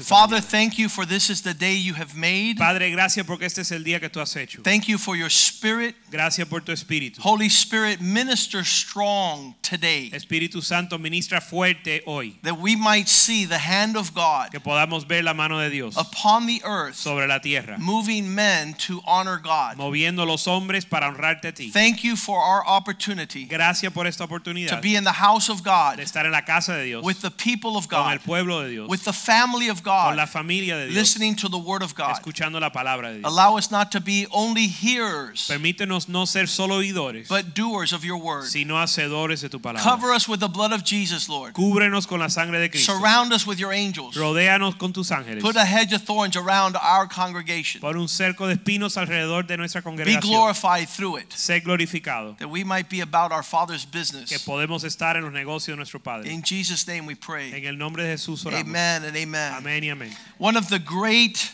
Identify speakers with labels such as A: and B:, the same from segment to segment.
A: Father, thank you for this is the day you have made.
B: Padre, gracias porque este es el día que tú has hecho.
A: Thank you for your spirit.
B: Gracias por tu espíritu.
A: Holy Spirit, minister strong today
B: Espíritu Santo, ministra fuerte hoy.
A: that we might see the hand of God
B: Que podamos ver la mano de Dios
A: upon the earth,
B: sobre la tierra,
A: moving men to honor God.
B: moviendo los hombres para honrarte a ti.
A: Thank you for our opportunity
B: Gracias por esta
A: to
B: oportunidad
A: be in the house of God,
B: de estar en la casa de Dios,
A: with the people of
B: con el
A: God,
B: pueblo de Dios,
A: with the family of
B: con la
A: God,
B: familia de Dios,
A: listening to the word of God.
B: escuchando la palabra de Dios.
A: Allow us not to be only hearers,
B: Permítenos no ser solo oidores,
A: but doers of your word.
B: sino hacedores de tu palabra.
A: Cover us with the blood of Jesus, Lord.
B: Cúbrenos con la sangre de Cristo.
A: Surround us with your angels.
B: Rodéanos con tus ángeles.
A: Put a hedge of thorns around our congregation.
B: Por un cerco de espinos alrededor de nuestra
A: Be
B: congregación.
A: glorified through it,
B: Sé glorificado.
A: that we might be about our Father's
B: que
A: business.
B: podemos estar en los negocios de nuestro Padre.
A: In Jesus' name we pray.
B: En el nombre de Jesús oramos.
A: Amen and amen.
B: Amén y amén.
A: One of the great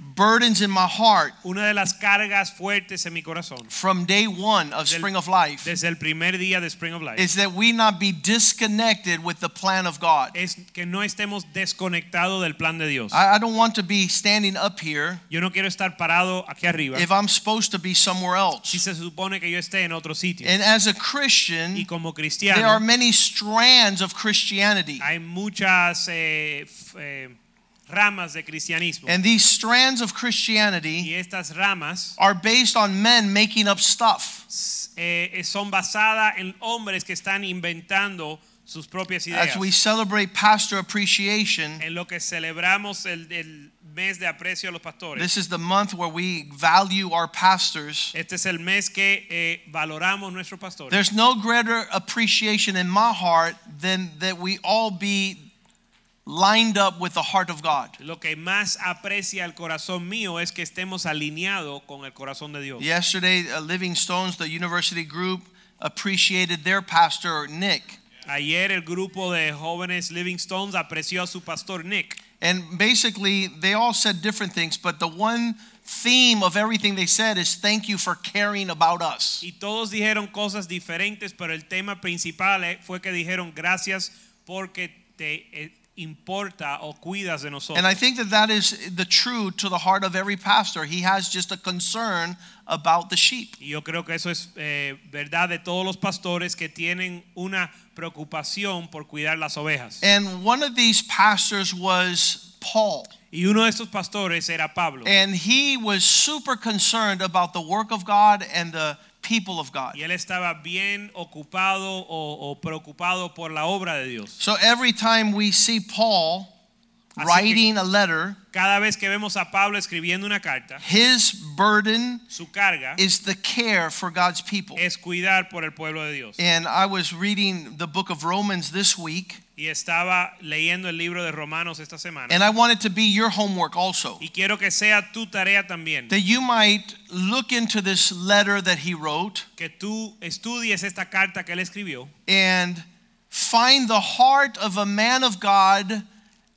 A: burdens in my heart
B: Una de las cargas fuertes en mi corazón
A: from day one of
B: Del-
A: Spring of Life
B: desde el primer día de Spring of Life
A: is that we not be disconnected with the plan of God.
B: es que no estemos desconectados del plan de Dios.
A: I, I don't want to be standing up here
B: Yo no quiero estar parado aquí arriba
A: if I'm supposed to be somewhere
B: si
A: else.
B: se supone que yo esté en otro sitio.
A: And as a
B: Y
A: Christian, there
B: como
A: are
B: cristiano
A: many strands of Christianity.
B: hay muchas eh, f- eh, ramas de cristianismo
A: And these strands of
B: y
A: Christianity
B: estas ramas
A: are based on men making up stuff.
B: eh, eh, son basadas en hombres que están inventando sus propias ideas.
A: As we celebrate pastor appreciation,
B: En lo que celebramos el, el mes de aprecio a los pastores.
A: this is the month where we value our pastors.
B: Este es el mes que eh, valoramos nuestros pastores.
A: There's no greater appreciation in my heart than that we all be lined up with the heart of God.
B: Lo que más aprecia el corazón mío es que estemos alineados con el corazón de Dios.
A: Yesterday, uh, Living Stones, the university group, appreciated their pastor, Nick.
B: Ayer el grupo de jóvenes Living Stones apreció a su pastor Nick.
A: And basically, they all said different things, but the one theme of everything they said is thank you for caring about us.
B: Y todos dijeron cosas diferentes, pero el tema principal eh, fue que dijeron gracias porque te eh, importa o cuidas de nosotros.
A: And I think that that is the true to the heart of every pastor. He has just a concern about the sheep.
B: Y yo creo que eso es eh, verdad de todos los pastores que tienen una preocupación por cuidar las ovejas.
A: And one of these pastors was Paul.
B: Y uno de estos pastores era Pablo.
A: And he was super concerned about the work of God and the people of God.
B: Y él estaba bien ocupado o, o preocupado por la obra de Dios.
A: So every time we see Paul
B: Así que-
A: writing a letter,
B: Cada vez que vemos a Pablo escribiendo una carta,
A: his burden
B: su carga
A: is the care for God's people.
B: es cuidar por el pueblo de Dios.
A: And I was reading the book of Romans this week,
B: Y estaba leyendo el libro de Romanos esta semana.
A: and I want it to be your homework also.
B: Y quiero que sea tu tarea también,
A: That you might look into this letter that he wrote
B: que tú estudies esta carta que él escribió
A: and find the heart of a man of God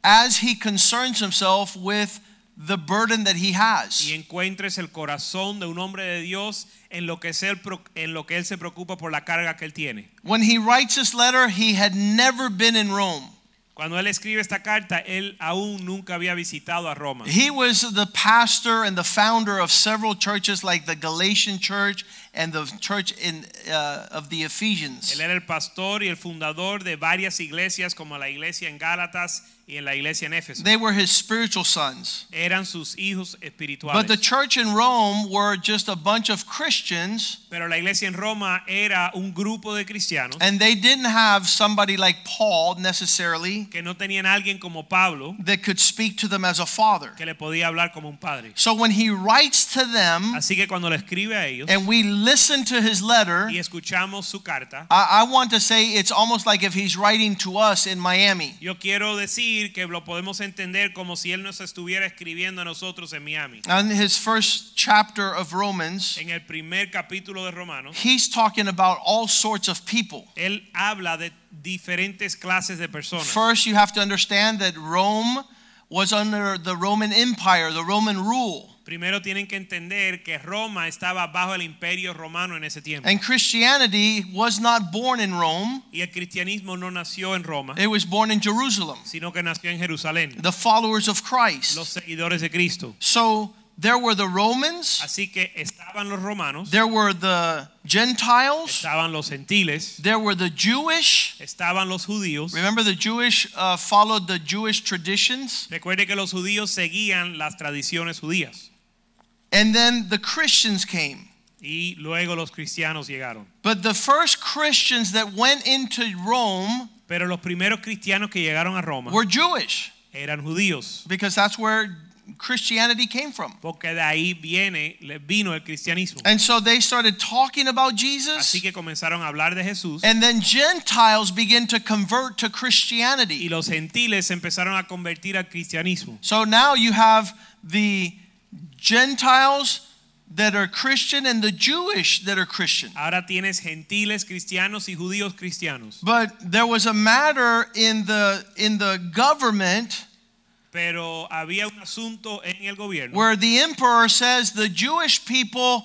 A: as he concerns himself with the burden that he
B: y
A: has.
B: encuentres el corazón de un hombre de Dios en lo que es él pro- en lo que él se preocupa por la carga que él tiene.
A: When he writes this letter, he had never been in Rome.
B: Cuando él escribe esta carta, él aún nunca había visitado a Roma.
A: He was the pastor and the founder of several churches like the Galatian church and the church in, uh, of the Ephesians.
B: Él era el pastor y el fundador de varias iglesias como la iglesia en Gálatas y en la iglesia en Éfeso.
A: They were his spiritual sons.
B: Eran sus hijos
A: But the
B: espirituales.
A: church in Rome were just a bunch of Christians,
B: Pero la iglesia en Roma era un grupo de cristianos
A: and they didn't have somebody like Paul necessarily
B: que no tenían a alguien como Pablo
A: that could speak to them as a father.
B: que le podía hablar como un padre.
A: So when he writes to them
B: Así que cuando le escribe a ellos
A: and we listen to his letter,
B: y escuchamos su carta,
A: I, I want to say it's almost like if he's writing to us in Miami.
B: Yo quiero decir decir que lo podemos entender como si él nos estuviera escribiendo a nosotros en Miami.
A: On his first chapter of Romans,
B: En el primer capítulo de Romanos,
A: he's talking about all sorts of people.
B: él habla de diferentes clases de personas.
A: First, you have to understand that Rome was under the Roman Empire, the Roman rule.
B: Primero tienen que entender que Roma estaba bajo el imperio romano en ese tiempo.
A: And Christianity was not born in Rome,
B: Y el cristianismo no nació en Roma,
A: it was born in Jerusalem,
B: sino que nació en Jerusalén,
A: the followers of
B: los
A: Christ.
B: seguidores de Cristo.
A: So there were the Romans,
B: Así que estaban los romanos,
A: there were the Gentiles,
B: estaban los gentiles,
A: there were the Jewish.
B: estaban los judíos.
A: Remember, the Jewish uh, followed the Jewish traditions.
B: Recuerde que los judíos seguían las tradiciones judías
A: And then the Christians came.
B: y luego los cristianos llegaron.
A: But the first Christians that went into Rome
B: Pero los primeros cristianos que llegaron a Roma
A: were Jewish
B: eran judíos,
A: because that's where Christianity came from.
B: porque de ahí viene le- vino el cristianismo.
A: And so they started talking about Jesus.
B: Así que comenzaron a hablar de Jesús
A: And then Gentiles begin to convert to
B: y
A: Christianity.
B: los gentiles se empezaron a convertir al cristianismo.
A: So now you have the Gentiles that are Christian and the Jewish that are Christian.
B: Ahora tienes gentiles cristianos y judíos cristianos.
A: But there was a matter in the in the government
B: Pero había un asunto en el gobierno
A: where the emperor says the Jewish people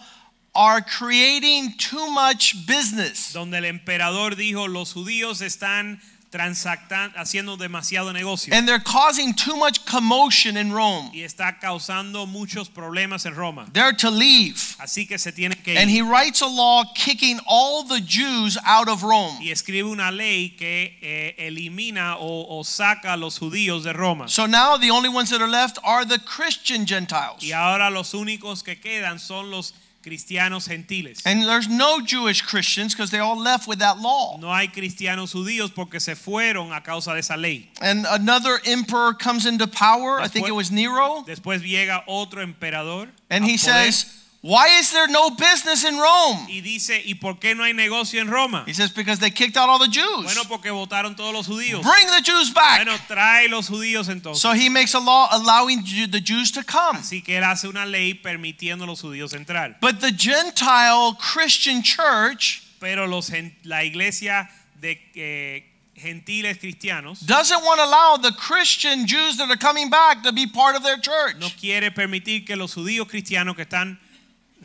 A: are creating too much business.
B: donde el emperador dijo los judíos están transactan- haciendo demasiado negocio.
A: And they're causing too much commotion in Rome.
B: y está causando muchos problemas en Roma.
A: They're to leave.
B: Así que se tiene que
A: And
B: ir.
A: he writes a law kicking all the Jews out of Rome.
B: Y escribe una ley que eh, elimina o, o saca a los judíos de Roma.
A: So now the only ones that are left are the Christian Gentiles.
B: Y ahora los únicos que quedan son los cristianos gentiles.
A: And there's no Jewish Christians because they all left with that law.
B: No hay cristianos judíos porque se fueron a causa de esa ley.
A: And another emperor comes into power. I think it was Nero.
B: Después llega otro emperador
A: And
B: a
A: he
B: poder
A: says, Why is there no business in Rome?
B: y dice, ¿y por qué no hay negocio en Roma?
A: He says, Because they kicked out all the Jews.
B: Bueno, porque votaron todos los judíos.
A: Bring the Jews back.
B: Bueno, trae los judíos entonces.
A: So he makes a law allowing Ju- the Jews to come.
B: Así que él hace una ley permitiendo a los judíos entrar.
A: But the Gentile Christian church
B: Pero los, gen- la iglesia de eh, gentiles cristianos
A: doesn't want to allow the Christian Jews that are coming back to be part of their
B: no
A: church.
B: quiere permitir que los judíos cristianos que están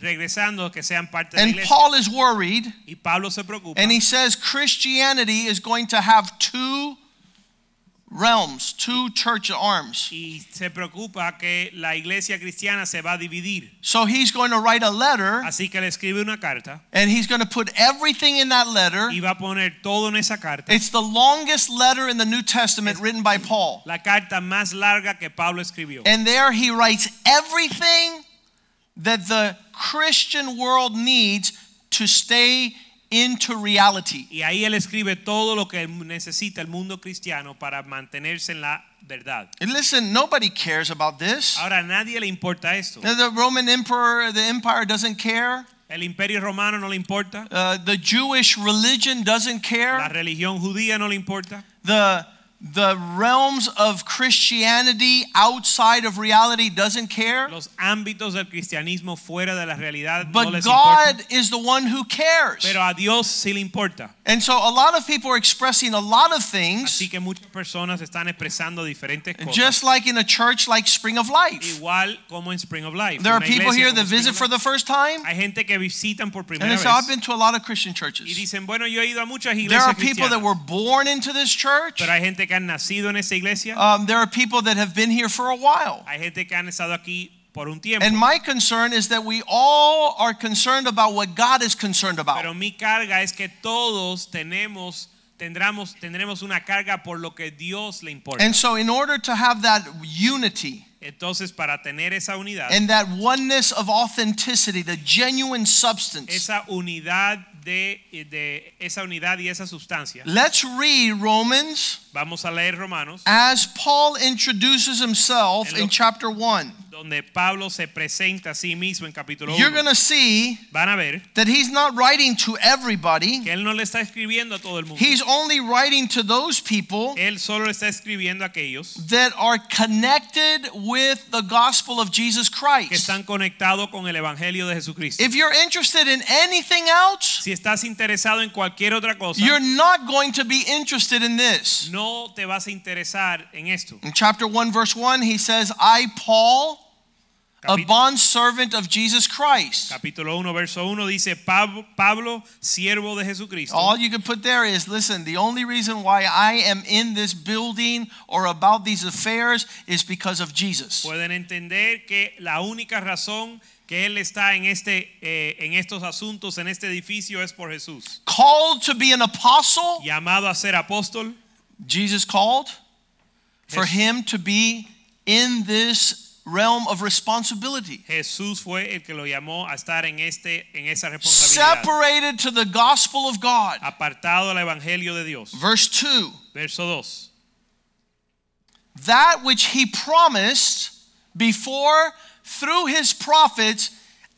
B: regresando que sean parte de la
A: And
B: iglesia.
A: Paul is worried
B: y Pablo se preocupa
A: and he says Christianity is going to have two realms, two church arms.
B: y se preocupa que la iglesia cristiana se va a dividir.
A: So he's going to write a letter
B: Así que le escribe una carta
A: and he's going to put everything in that letter.
B: y va a poner todo en esa carta.
A: It's the longest letter in the New Testament written by Paul.
B: La carta más larga que Pablo escribió.
A: And there he writes everything that the Christian world needs to stay into reality.
B: Y ahí él escribe todo lo que necesita el mundo cristiano para mantenerse en la verdad.
A: And listen, nobody cares about this.
B: Ahora a nadie le importa esto.
A: The Roman emperor, the empire doesn't care.
B: El imperio romano no le importa.
A: Uh, the Jewish religion doesn't
B: La
A: care.
B: religión judía no le importa.
A: The the realms of Christianity outside of reality doesn't care.
B: Los ámbitos del cristianismo fuera de la realidad no
A: But
B: les
A: God
B: importa.
A: is the one who cares.
B: Pero a Dios sí le importa.
A: And so a lot of people are expressing a lot of things,
B: Así que muchas personas están expresando diferentes cosas.
A: just like in a church like Spring of Life.
B: Igual como en Spring of Life.
A: There are
B: una
A: people
B: iglesia
A: here
B: como
A: that
B: Spring
A: visit
B: of
A: for
B: Life.
A: the first time,
B: Hay gente que visitan por
A: and
B: primera
A: they
B: vez
A: say, I've been to a lot of Christian
B: y
A: churches.
B: dicen, bueno, yo he ido a muchas
A: There are
B: iglesias
A: people that
B: cristianas.
A: were born into this church.
B: Pero hay gente que han nacido en esa iglesia.
A: Um, there are people that have been here for a while.
B: Hay gente que han estado aquí por un tiempo.
A: And my concern is that we all are concerned about what God is concerned
B: Pero
A: about.
B: mi carga es que todos tenemos, tendremos, tendremos una carga por lo que Dios le importa.
A: And so, in order to have that unity
B: Entonces, para tener esa unidad,
A: and that oneness of authenticity, the genuine substance,
B: esa unidad de, de esa unidad y esa sustancia,
A: let's read Romans
B: vamos a leer Romanos,
A: as Paul introduces himself
B: En lo-
A: in chapter 1.
B: donde Pablo se presenta a sí mismo en capítulo
A: you're
B: 1,
A: going to see
B: van a ver
A: that he's not writing to everybody.
B: que él no le está escribiendo a todo el mundo.
A: He's only writing to those people
B: Él solo le está escribiendo a aquellos
A: that are connected with the gospel of Jesus
B: que
A: Christ.
B: están conectados con el Evangelio de Jesucristo.
A: If you're interested in anything else,
B: Si estás interesado en cualquier otra cosa,
A: you're not going to be interested in this.
B: no te vas a interesar en esto.
A: In chapter 1, verse 1, he says, I, Paul, a
B: Capítulo,
A: bondservant of Jesus Christ.
B: capítulo 1, verso 1 dice, Pablo, Pablo, siervo de Jesucristo.
A: All you can put there is listen, the only reason why I am in this building or about these affairs is because of Jesus.
B: Pueden entender que la única razón que él está en, este, eh, en estos asuntos, en este edificio, es por Jesús.
A: Called to be an apostle,
B: Llamado a ser apóstol,
A: Jesus called for
B: Yes.
A: him to be in this realm of responsibility.
B: Jesús fue el que lo llamó a estar en, este, en esa responsabilidad.
A: Separated to the gospel of God.
B: Apartado al Evangelio de Dios.
A: Verse 2
B: Verso 2.
A: That which he promised before through his prophets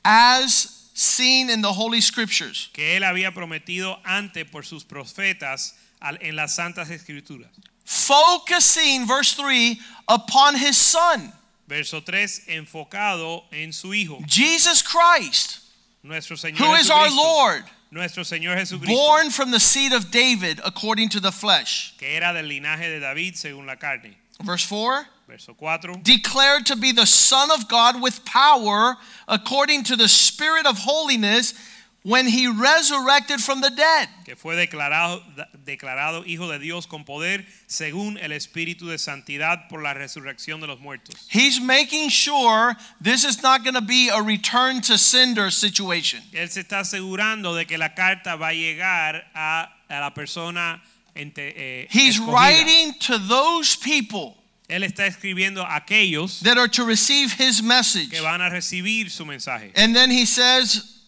A: as seen in the Holy Scriptures.
B: que él había prometido antes por sus profetas al- en las santas escrituras.
A: focusing, verse 3, upon his son,
B: Verso 3, enfocado en su Hijo,
A: Jesus Christ,
B: nuestro Señor
A: who is our
B: Jesucristo.
A: Lord,
B: Nuestro Señor Jesucristo,
A: born from the seed of David according to the flesh.
B: que era del linaje de David según la carne.
A: Verse 4,
B: Verso 4,
A: declared to be the Son of God with power according to the Spirit of holiness when he resurrected from the dead.
B: que fue declarado, da- declarado Hijo de Dios con poder según el Espíritu de Santidad por la resurrección de los muertos.
A: He's making sure this is not going to be a return to sender situation.
B: Él se está asegurando de que la carta va a llegar a, a la persona ente- eh,
A: He's
B: escogida.
A: writing to those people
B: Él está escribiendo a aquellos
A: that are to receive his message.
B: que van a recibir su mensaje.
A: And then he says,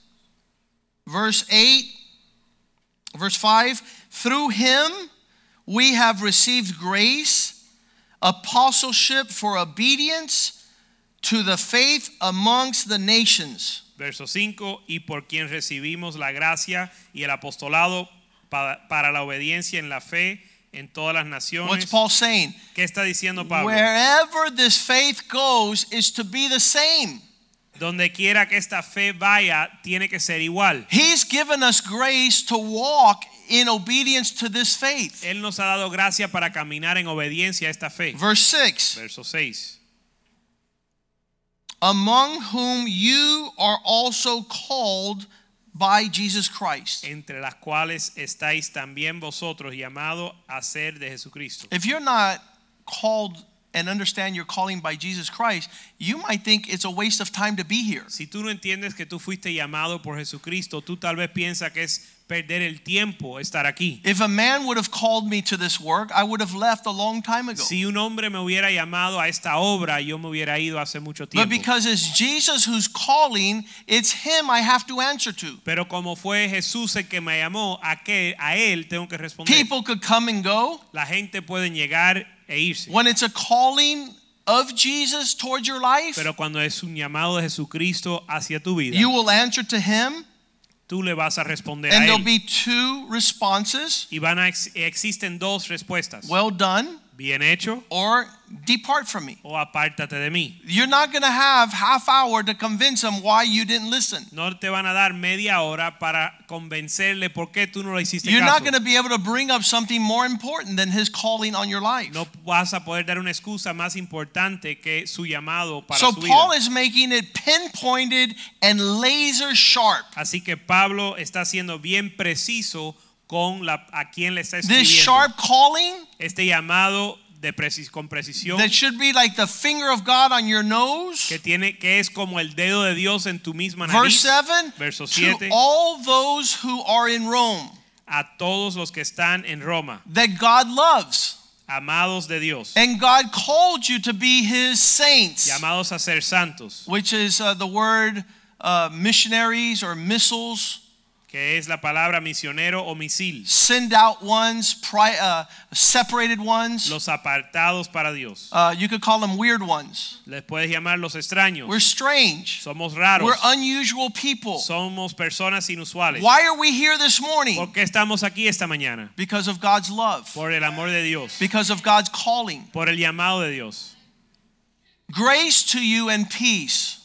A: verse 8, verse 5 through him we have received grace, apostleship for obedience to the faith amongst the nations.
B: Verso 5, y por quien recibimos la gracia y el apostolado para, para la obediencia en la fe en todas las
A: What's
B: naciones.
A: Paul saying?
B: ¿Qué está diciendo Pablo?
A: Wherever this faith goes is to be the same.
B: Donde quiera que esta fe vaya, tiene que ser igual.
A: He's given us grace to walk in obedience to this faith.
B: Él nos ha dado gracia para caminar en obediencia a esta fe.
A: Verse 6.
B: Verso 6,
A: among whom you are also called by Jesus Christ.
B: entre las cuales estáis también vosotros llamados a ser de Jesucristo.
A: If you're not called and understand your calling by Jesus Christ, you might think it's a waste of time to be here.
B: Si tú no entiendes que tú fuiste llamado por Jesucristo, tú tal vez piensas que es perder el tiempo estar aquí.
A: If a man would have called me to this work, I would have left a long time ago.
B: Si un hombre me hubiera llamado a esta obra, yo me hubiera ido hace mucho
A: But
B: tiempo.
A: because it's Jesus who's calling, it's him I have to answer to.
B: Pero como fue Jesús el que me llamó, a, que, a él tengo que responder.
A: People could come and go.
B: La gente puede llegar e irse.
A: When it's a calling of Jesus towards your life,
B: Pero cuando es un llamado de Jesucristo hacia tu vida,
A: you will answer to him,
B: tú le vas a responder
A: and
B: a
A: there'll
B: él.
A: be two responses.
B: Y van a ex- existen dos respuestas.
A: well done
B: Bien hecho
A: or depart from me
B: o apártate de mí.
A: you're not going to have half hour to convince them why you didn't listen
B: No te van a dar media hora para convencerle por qué tú no lo hiciste
A: you're
B: caso.
A: not going to be able to bring up something more important than his calling on your life
B: No vas a poder dar una excusa más importante que su llamado para
A: so
B: su
A: paul
B: vida.
A: is making it pinpointed and laser sharp
B: Así que Pablo está siendo bien preciso con la, a quien le está escribiendo.
A: this sharp calling
B: este llamado de precis- con precisión
A: that should be like the finger of god on your nose
B: que tiene que es como el dedo de Dios en tu misma
A: verse
B: nariz.
A: 7
B: verso
A: to
B: siete.
A: all those who are in rome
B: a todos los que están en Roma,
A: that god loves
B: amados de Dios,
A: and god called you to be his saints
B: llamados a ser santos,
A: which is uh, the word uh, missionaries or missiles
B: que es la palabra misionero o misil,
A: send out ones, pri- uh, separated ones.
B: los apartados para Dios.
A: Uh, you could call them weird ones.
B: Les puedes llamar los extraños.
A: We're strange.
B: Somos raros.
A: We're unusual people.
B: Somos personas inusuales.
A: Why are we here this morning?
B: ¿Por qué estamos aquí esta mañana?
A: Because of God's love,
B: Por el amor de Dios,
A: because of God's calling.
B: por el llamado de Dios.
A: Grace to you and peace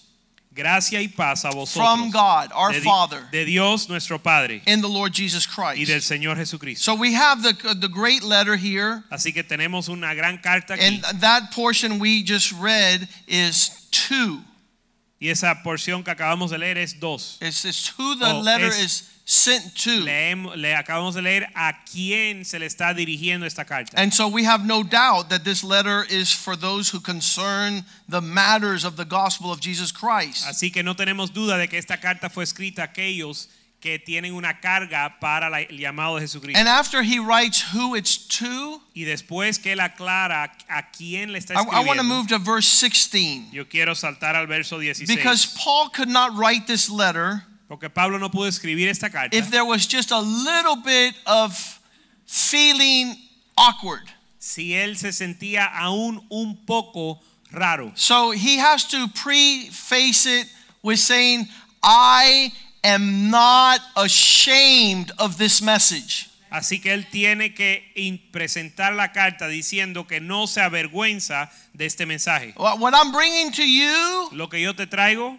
B: Gracia y paz a
A: from
B: vosotros
A: God, our
B: de, di-
A: Father,
B: de Dios nuestro Padre
A: and the Lord Jesus
B: y del
A: Christ.
B: Señor Jesucristo.
A: So we have the, the great letter here,
B: Así que tenemos una gran carta aquí
A: and uh, that portion we just read is to.
B: y esa porción que acabamos de leer es dos.
A: It's, it's who the
B: Oh,
A: letter
B: es-
A: is sent to.
B: Leem- le acabamos de leer a quién se le está dirigiendo esta carta.
A: And so we have no doubt that this letter is for those who concern the matters of the gospel of Jesus Christ.
B: Así que no tenemos duda de que esta carta fue escrita a aquellos que tienen una carga para la- el llamado de Jesucristo.
A: And after he writes who it's to,
B: y después que él aclara a quién le está
A: I, I want to
B: escribiendo,
A: move to verse 16.
B: yo quiero saltar al verso 16.
A: Because Paul could not write this letter
B: porque Pablo no pudo escribir esta carta
A: if there was just a little bit of feeling awkward.
B: si él se sentía aún un poco raro.
A: So he has to preface it with saying, I am not ashamed of this message.
B: Así que él tiene que in- presentar la carta diciendo que no se avergüenza de este mensaje.
A: What what I'm bringing to you
B: Lo que yo te traigo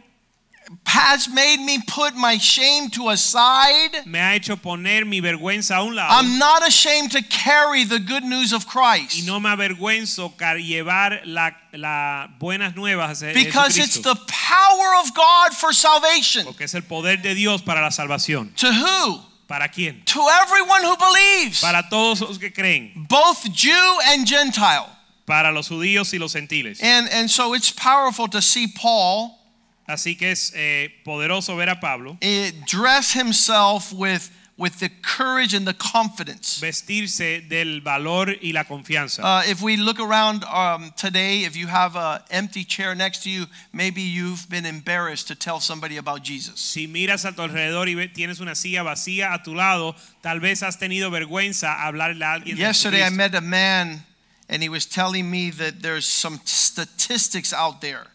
A: has made me put my shame to a side.
B: me ha hecho poner mi vergüenza a un lado
A: I'm not ashamed to carry the good news of
B: y
A: Christ
B: no me avergüenzo car- llevar las la buenas nuevas de
A: because it's
B: Jesucristo,
A: the power of God for salvation.
B: porque es el poder de Dios para la salvación.
A: To who?
B: ¿Para quién?
A: To everyone who believes,
B: Para todos los que creen,
A: both Jew and Gentile.
B: para los judíos y los gentiles.
A: And, and so it's powerful to see Paul
B: Así que es eh, poderoso ver a Pablo
A: eh, dress himself with, with the courage and the confidence.
B: vestirse del valor y la confianza.
A: Uh, if we look around um, today, if you have an empty chair next to you, maybe you've been embarrassed to tell somebody about Jesus.
B: Si miras a tu alrededor y ve- tienes una silla vacía a tu lado, tal vez has tenido vergüenza hablarle a alguien. de
A: Yesterday, I
B: Jesucristo.
A: met a man, and he was telling me that there's some statistics out there.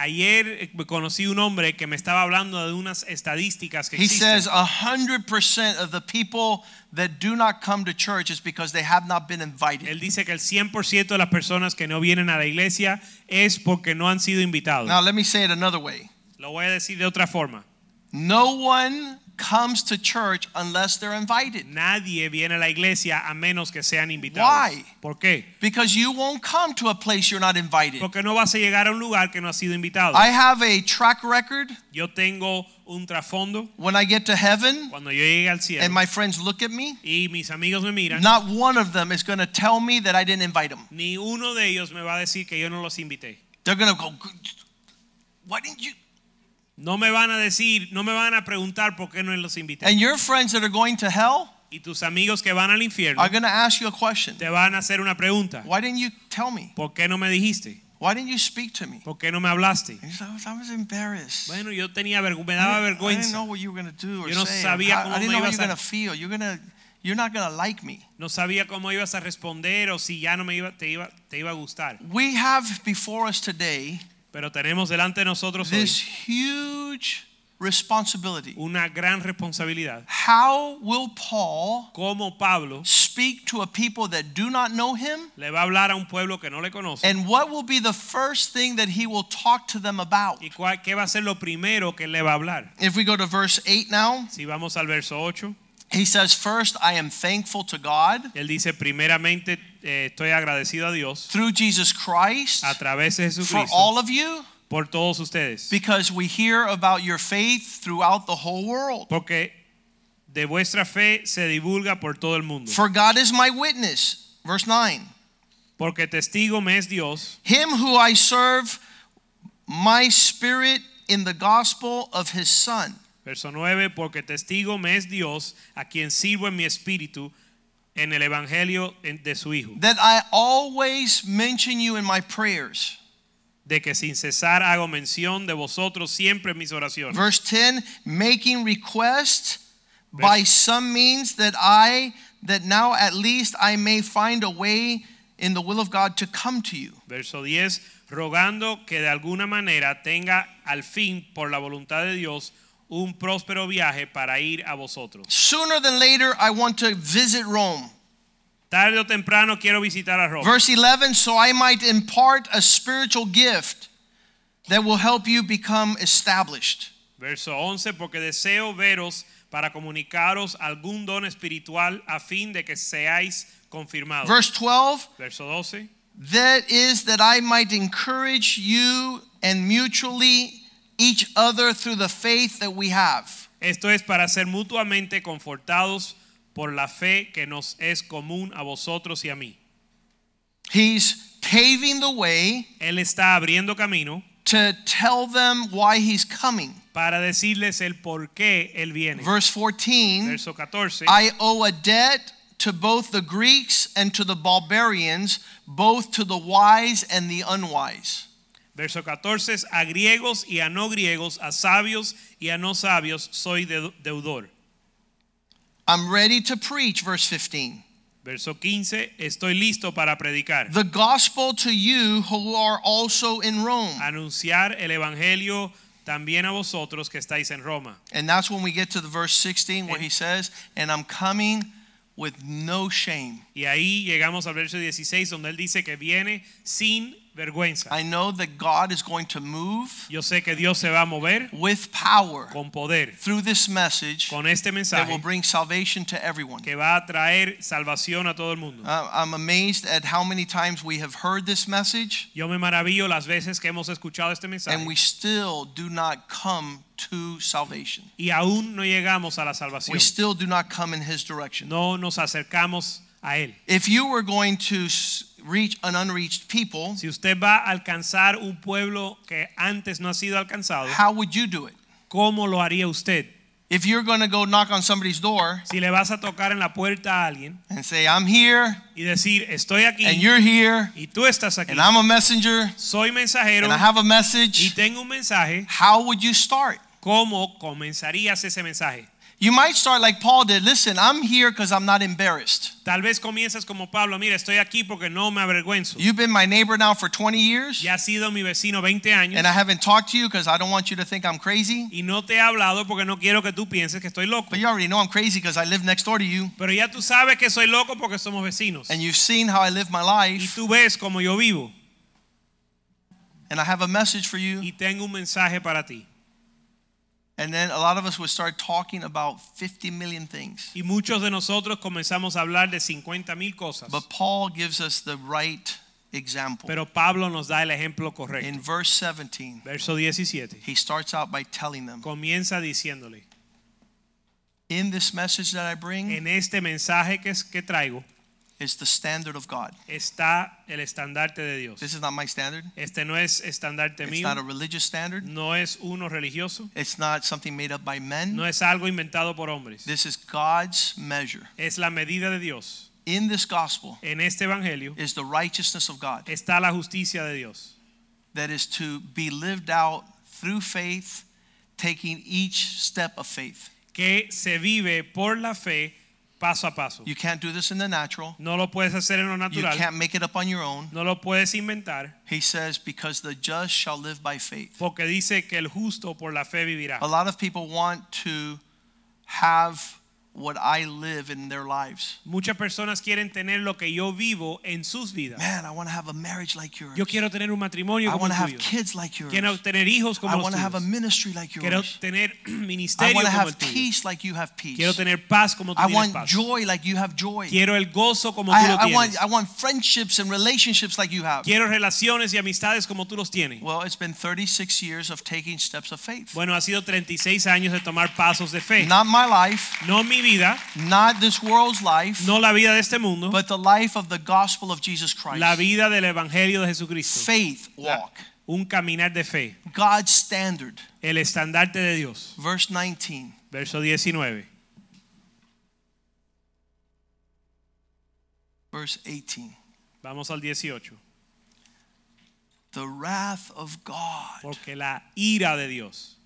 B: Ayer eh, conocí un hombre que me estaba hablando de unas estadísticas que
A: He
B: existen.
A: says 100% of the people that do not come to church is because they have not been
B: Él
A: invited.
B: dice que el 100% de las personas que no vienen a la iglesia es porque no han sido invitados.
A: Now, let me say it another way
B: Lo voy a decir de otra forma.
A: no one comes to church unless they're invited.
B: Nadie viene a la iglesia a menos que sean invitados.
A: Why?
B: ¿Por qué?
A: Because you won't come to a place you're not invited.
B: Porque no vas a llegar a un lugar que no has sido invitado.
A: I have a track record
B: Yo tengo un trasfondo
A: when I get to heaven
B: cuando yo llegue al cielo
A: and my friends look at me.
B: y mis amigos me miran.
A: Not one of them is going to tell me that I didn't invite them.
B: Ni uno de ellos me va a decir que yo no los invité.
A: They're going to go, why didn't you?
B: No me van a decir, no me van a preguntar por qué no los invité.
A: And your friends that are going to hell
B: Y tus amigos que van al infierno
A: are going to ask you a question.
B: te van a hacer una pregunta.
A: Why didn't you tell me?
B: ¿Por qué no me dijiste?
A: Why didn't you speak to me?
B: ¿Por qué no me hablaste?
A: And you say, "Oh, I was embarrassed.
B: Bueno, yo tenía vergüenza, me
A: I
B: daba
A: didn't, I didn't know
B: vergüenza.
A: what you were going to do or
B: Yo no
A: say. or
B: sabía
A: how-
B: cómo
A: I
B: me
A: didn't know how
B: ibas
A: you're
B: a-
A: going to feel. You're going to, you're not going to like me.
B: No sabía cómo ibas a responder o si ya no me iba, te iba, te iba a gustar.
A: We have before us today
B: Pero tenemos delante de nosotros hoy
A: this huge responsibility.
B: una gran responsabilidad.
A: How will Paul
B: Cómo Pablo
A: speak to a people that do not know him?
B: le va a hablar a un pueblo que no le conoce.
A: And what will be the first thing that he will talk to them about?
B: ¿Y cuál- qué va a ser lo primero que le va a hablar?
A: If we go to verse 8 now,
B: Si vamos al verso 8.
A: he says, First, I am thankful to God
B: Él dice, primeramente eh, estoy agradecido a Dios
A: through Jesus Christ
B: a través de
A: for
B: Jesucristo
A: all of you
B: por todos ustedes.
A: because we hear about your faith throughout the whole world.
B: Porque de vuestra fe se divulga por todo el mundo.
A: For God is my witness. Verse 9.
B: Porque testigo me es Dios,
A: Him who I serve, my spirit in the gospel of his Son,
B: verso 9, porque testigo me es Dios a quien sirvo en mi espíritu en el evangelio en- de su Hijo,
A: that I always mention you in my prayers.
B: de que sin cesar hago mención de vosotros siempre en mis oraciones.
A: Verse 10 making request by some means that I that now at least I may find a way in the will of God to come to you.
B: Verso 10, rogando que de alguna manera tenga al fin, por la voluntad de Dios, un próspero viaje para ir a vosotros.
A: Sooner than later I want to visit Rome.
B: Tarde o temprano quiero visitar a Roma.
A: Verse 11 so I might impart a spiritual gift that will help you become established.
B: Verso 11, porque deseo veros para comunicaros algún don espiritual a fin de que seáis confirmados.
A: Verse 12
B: Verso 12,
A: That is that I might encourage you and mutually each other through the faith that we have.
B: esto es para ser mutuamente confortados por la fe que nos es común a vosotros y a mí.
A: He's paving the way
B: Él está abriendo camino
A: to tell them why he's coming.
B: para decirles el por qué Él viene.
A: Verse 14
B: Verso 14,
A: I owe a debt to both the Greeks and to the barbarians, both to the wise and the unwise.
B: verso 14, es, a griegos y a no griegos, a sabios y a no sabios, soy de- deudor.
A: I'm ready to preach, verse 15.
B: Verso 15, estoy listo para predicar,
A: The gospel to you who are also in Rome.
B: anunciar el evangelio también a vosotros que estáis en Roma.
A: And that's when we get to the verse 16 where he says, And I'm coming with no shame.
B: Y ahí llegamos al verso 16 donde él dice que viene sin vergüenza.
A: I know that God is going to move
B: Yo sé que Dios se va a mover
A: with power
B: con poder
A: through this message
B: con este
A: that will
B: mensaje
A: bring salvation to everyone.
B: que va a traer salvación a todo el mundo.
A: Uh, I'm amazed at how many times we have heard this message
B: Yo me maravillo las veces que hemos escuchado este mensaje
A: and we still do not come to salvation.
B: y aún no llegamos a la
A: We
B: salvación.
A: still do not come in his direction.
B: No nos acercamos a él.
A: If you were going to s- reach an unreached people,
B: Si usted va a alcanzar un pueblo que antes no ha sido alcanzado,
A: how would you do it?
B: ¿cómo lo haría usted?
A: If you're going to go knock on somebody's door
B: Si le vas a tocar en la puerta a alguien
A: and say, I'm here,
B: y decir, estoy aquí
A: and you're here,
B: y tú estás aquí,
A: and I'm a messenger,
B: soy mensajero
A: and I have a
B: y
A: message,
B: tengo un mensaje,
A: how would you start?
B: ¿cómo comenzarías ese mensaje?
A: You might start like Paul did. Listen, I'm here because I'm not embarrassed.
B: Tal vez comienzas como Pablo, mira, estoy aquí porque no me avergüenzo.
A: You've been my neighbor now for 20 years,
B: Ya has sido mi vecino 20 años
A: and I haven't talked to you because I don't want you to think I'm crazy.
B: y no te he hablado porque no quiero que tú pienses que estoy loco.
A: But you already know I'm crazy because I live next door to you,
B: Pero ya tú sabes que soy loco porque somos vecinos.
A: and you've seen how I live my
B: Y
A: life,
B: tú ves como yo vivo
A: and I have a message for you.
B: y tengo un mensaje para ti.
A: And then a lot of us would start talking about 50 million things.
B: Y muchos de nosotros comenzamos a hablar de 50 mil cosas.
A: But Paul gives us the right example.
B: Pero Pablo nos da el ejemplo correcto.
A: In verse 17,
B: Verso 17.
A: he starts out by telling them,
B: Comienza diciéndole,
A: in this message that I bring
B: en este mensaje que, es- que traigo
A: is the standard of God.
B: está el estandarte de Dios.
A: This is not my standard.
B: Este no es estandarte
A: It's not a
B: mío,
A: religious standard.
B: no es uno religioso,
A: It's not something made up by men.
B: no es algo inventado por hombres.
A: This is God's measure.
B: Es la medida de Dios.
A: In this gospel
B: En este evangelio
A: is the righteousness of God
B: está la justicia de Dios,
A: that is to be lived out through faith, taking each step of faith.
B: que se vive por la fe paso a paso.
A: You can't do this in the natural.
B: No lo puedes hacer en lo
A: You
B: natural,
A: can't make it up on your own.
B: no lo puedes inventar,
A: He says, because the just shall live by faith.
B: porque dice que el justo por la fe vivirá.
A: A lot of people want to have what I live in their lives.
B: Muchas personas quieren tener lo que yo vivo en sus vidas.
A: Man, I want to have a marriage like yours.
B: Yo quiero tener un matrimonio
A: I
B: como
A: want
B: el
A: to have
B: tuyo.
A: kids like yours.
B: Quiero tener hijos
A: I
B: como los
A: want to have a
B: tuyos.
A: ministry like
B: Quiero
A: yours.
B: tener
A: I
B: ministerio
A: want to
B: como el
A: have
B: tuyo.
A: peace like you have
B: Quiero
A: peace.
B: tener paz como tú
A: I
B: tienes
A: want
B: paz.
A: joy like you have joy.
B: Quiero el gozo como tú
A: I,
B: lo
A: I want
B: tienes.
A: I want friendships and relationships like you have.
B: Quiero relaciones y amistades como tú los tienes.
A: Well, it's been 36 years of taking steps of faith.
B: Bueno, eh. ha sido 36 años de tomar pasos de fe.
A: Not my life,
B: No mi vida,
A: not this world's life,
B: no la vida de este mundo,
A: but the life of the gospel of Jesus
B: la
A: Christ.
B: vida del Evangelio de Jesucristo.
A: Faith walk.
B: Un caminar de fe.
A: God's standard.
B: El estandarte de Dios.
A: Verse 19.
B: Verso 19.
A: Verse 18.
B: Vamos al 18.
A: The wrath of God
B: Porque la ira de Dios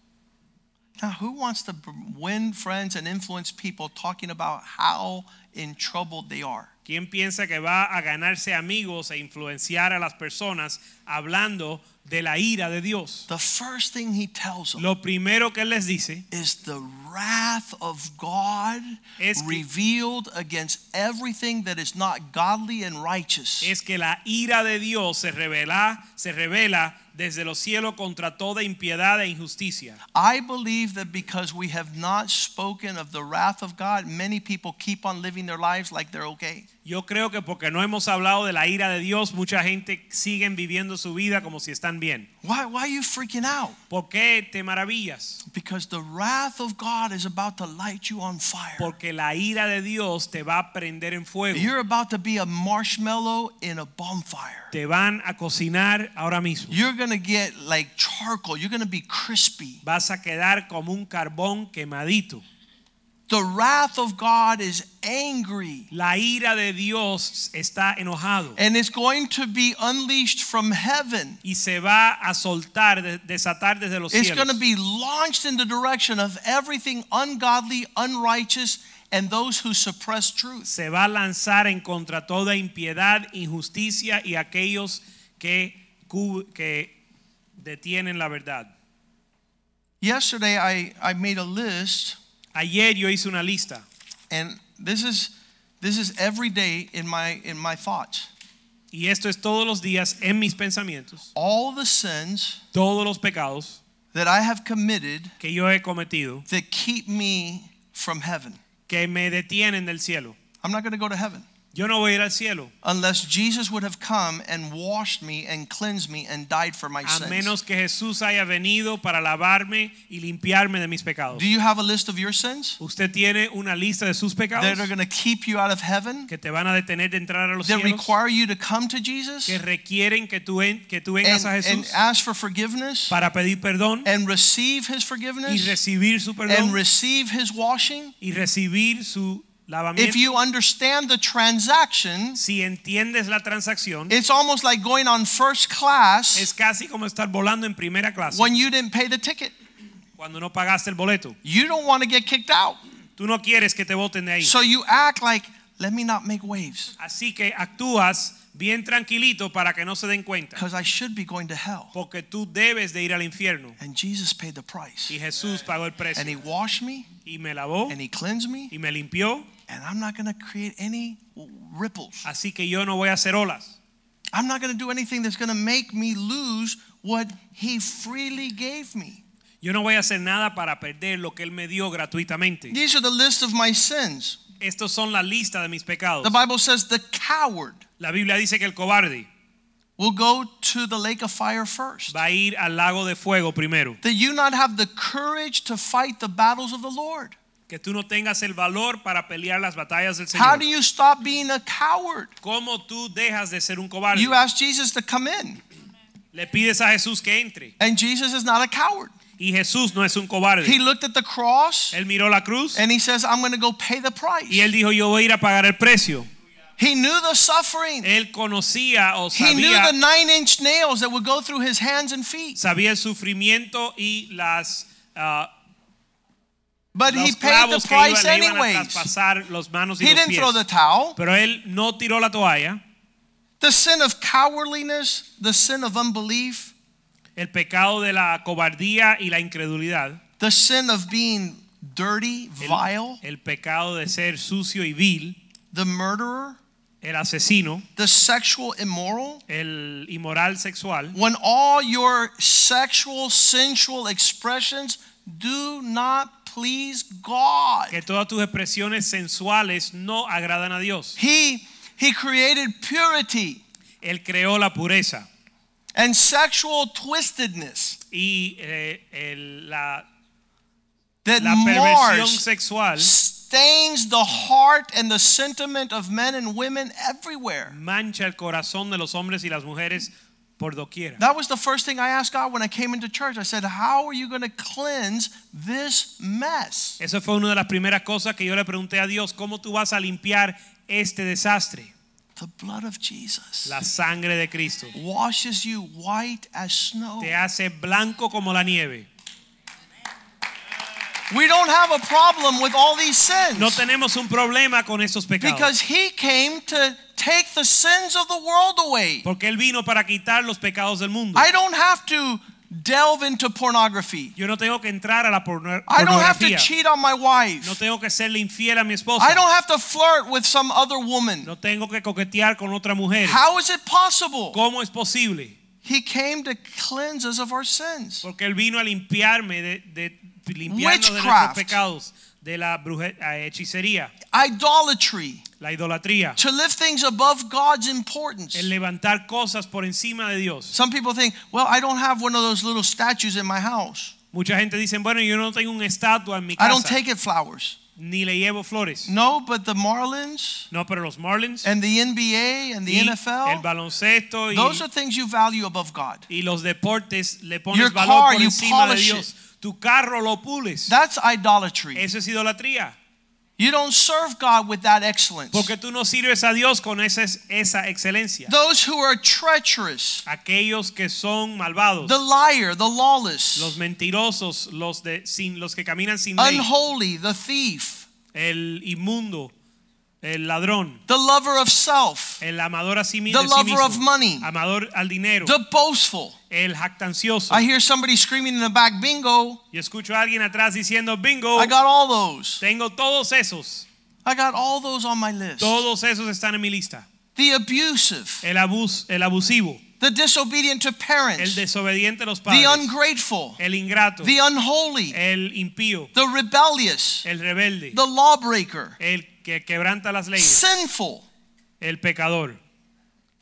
A: Now, who wants to b- win friends and influence people talking about how in trouble they are?
B: ¿Quién piensa que va a ganarse amigos e influenciar a las personas hablando de la ira de Dios?
A: The first thing he tells them
B: Lo primero que él les dice,
A: is the wrath of God
B: Es que-
A: revealed against everything that is not godly and righteous.
B: es que la ira de Dios se revela, se revela desde los cielos contra toda impiedad e injusticia.
A: I believe that because we have not spoken of the wrath of God, many people keep on living their lives like they're okay.
B: Yo creo que porque no hemos hablado de la ira de Dios, mucha gente siguen viviendo su vida como si están bien.
A: Why, why are you freaking out?
B: ¿Por qué te maravillas?
A: Because the wrath of God is about to light you on fire.
B: Porque la ira de Dios te va a prender en fuego.
A: You're about to be a marshmallow in a bonfire.
B: Te van a cocinar ahora mismo.
A: You're going to get like charcoal. You're going to be crispy.
B: Vas a quedar como un carbón quemadito.
A: The wrath of God is angry.
B: La ira de Dios está enojado
A: And it's going to be unleashed from heaven.
B: y se va a soltar, de- desatar desde los
A: It's going to
B: cielos.
A: be launched in the direction of everything ungodly, unrighteous, and those who suppress truth.
B: Se va a lanzar en contra toda impiedad, injusticia y aquellos que, cu- que detienen la verdad.
A: Yesterday, I, I made a list,
B: Ayer yo hice una lista.
A: and this is this is every day in my in my thoughts.
B: Y esto es todos los días en mis pensamientos.
A: All the sins
B: Todos los pecados
A: that I have committed
B: que yo he cometido
A: that keep me from heaven.
B: que me detienen del cielo.
A: I'm not going to go to heaven
B: Yo no voy a ir al cielo
A: unless Jesus would have come and washed me and cleansed me and died for my
B: a
A: sins.
B: menos que Jesús haya venido para lavarme y limpiarme de mis pecados.
A: Do you have a list of your sins
B: Usted tiene una lista de sus
A: that are
B: pecados
A: going to keep you out of heaven?
B: que te van a detener de entrar a los
A: that
B: cielos,
A: require you to come to Jesus
B: que requieren que tú, en- que tú vengas
A: and,
B: a
A: and
B: Jesús
A: ask for forgiveness
B: para pedir perdón
A: and receive his
B: y
A: forgiveness
B: recibir su
A: and
B: perdón
A: receive his washing.
B: y recibir su
A: If
B: lavamiento.
A: you understand the transaction,
B: Si entiendes la transacción,
A: it's almost like going on first class
B: Es casi como estar volando en primera clase
A: when you didn't pay the ticket.
B: cuando no pagaste el boleto.
A: You don't want to get kicked out.
B: Tú no quieres que te voten de ahí.
A: So you act like, let me not make waves
B: Así que actúas bien tranquilito para que no se den cuenta.
A: because I should be going to hell.
B: Porque tú debes de ir al infierno.
A: And Jesus paid the price.
B: Y Jesús pagó el
A: And he
B: precio.
A: washed me
B: Y me lavó
A: and he cleansed me.
B: y me limpió.
A: And I'm not going to create any ripples.
B: Así que yo no voy a hacer olas.
A: I'm not going to do anything that's going to make me lose what he freely gave me.
B: Yo no voy a hacer nada para perder lo que Él me dio gratuitamente.
A: These are the list of my sins.
B: Estos son la lista de mis pecados.
A: The Bible says the coward
B: La Biblia dice que el cobarde
A: will go to the lake of fire first.
B: va a ir al lago de fuego primero.
A: That you not have the courage to fight the battles of the Lord.
B: Que tú no tengas el valor para pelear las batallas del
A: How
B: Señor.
A: do you stop being a coward?
B: ¿Cómo tú dejas de ser un cobarde?
A: You ask Jesus to come in,
B: Le pides a Jesús que entre.
A: and Jesus is not a coward.
B: Y Jesús no es un cobarde.
A: He Eh, looked at the cross
B: él miró la cruz
A: and he says, I'm going to go pay the price.
B: y él dijo, yo voy a ir a pagar el precio.
A: He knew the suffering.
B: Él conocía o
A: He knew
B: sabía,
A: the nine inch nails that would go through his hands and feet.
B: sabía el sufrimiento y las, ah,
A: But he
B: los
A: paid the
B: clavos que iba-
A: price
B: le iban a
A: anyways.
B: traspasar los manos y
A: He
B: los
A: didn't throw
B: pies.
A: the towel.
B: Pero él no tiró la toalla.
A: The sin of cowardliness, the sin of unbelief,
B: El pecado de la cobardía y la incredulidad.
A: the sin of being dirty, vile,
B: El pecado de ser sucio y vil.
A: the murderer,
B: El asesino.
A: the sexual immoral.
B: El inmoral sexual.
A: When all your sexual, sensual expressions do not please God.
B: que todas tus expresiones sensuales no agradan a Dios.
A: He he created purity
B: Él creó la pureza
A: and sexual twistedness
B: y eh, el- la,
A: that
B: la perversión
A: mars
B: sexual
A: stains the heart and the sentiment of men and women everywhere.
B: mancha el corazón de los hombres y las mujeres por doquiera.
A: That was the first thing I asked God when I came into church. I said, How are you going to cleanse this mess?
B: Eso fue una de las primeras cosas que yo le pregunté a Dios, ¿cómo tú vas a limpiar este desastre?
A: The blood of Jesus
B: La sangre de Cristo
A: washes you white as snow.
B: te hace blanco como la nieve.
A: We don't have a problem with all these sins.
B: No tenemos un problema con estos pecados.
A: Because he came to take the sins of the world away.
B: porque Él vino para quitar los pecados del mundo.
A: I don't have to delve into pornography.
B: Yo no tengo que entrar a la porno-
A: I don't have to
B: pornografía.
A: cheat on my wife.
B: No tengo que serle infiel a mi esposa.
A: I don't have to flirt with some other woman.
B: No tengo que coquetear con otra mujer.
A: How is it possible?
B: ¿Cómo es posible?
A: He came to cleanse us of our sins.
B: Porque Él vino a limpiarme de, de limpiarnos de nuestros
A: Witchcraft.
B: pecados, de la bruje- eh, hechicería,
A: Idolatry,
B: la idolatría,
A: to lift things above God's importance.
B: el levantar cosas por encima de Dios.
A: Some people think, well, I don't have one of those little statues in my house.
B: Mucha gente dice, bueno, yo no tengo una estatua en mi
A: I don't
B: casa,
A: take it flowers.
B: ni le llevo flores.
A: No, but the Marlins
B: No, pero los Marlins,
A: and the NBA and the
B: y el
A: NFL,
B: baloncesto y,
A: those are things you value above God.
B: y los deportes le pones
A: Your
B: valor
A: car,
B: por
A: you
B: encima de
A: polish it.
B: Dios. Tu carro lo pules.
A: That's idolatry.
B: Eso es idolatría.
A: You don't serve God with that excellence.
B: Porque tú no sirves a Dios con esa, esa excelencia.
A: Those who are treacherous,
B: Aquellos que son malvados,
A: the liar, the
B: los
A: lawless,
B: mentirosos, los, de, sin, los que caminan sin ley,
A: unholy, the thief,
B: el inmundo, el ladrón,
A: the lover of self,
B: el amador a sí, mi-
A: The
B: de sí
A: lover
B: mismo,
A: of money.
B: amador al dinero,
A: the boastful.
B: el jactancioso.
A: I hear somebody screaming in the back, bingo,
B: Yo escucho a alguien atrás diciendo, bingo,
A: I got all those.
B: tengo todos esos.
A: I got all those on my list.
B: Todos esos están en mi lista.
A: The abusive,
B: El, abus, el abusivo,
A: the disobedient to
B: el
A: parents,
B: desobediente a los
A: the
B: padres,
A: ungrateful,
B: el ingrato,
A: the unholy,
B: el impío,
A: the rebellious,
B: el rebelde,
A: the lawbreaker,
B: el que quebranta las leyes.
A: sinful,
B: el pecador,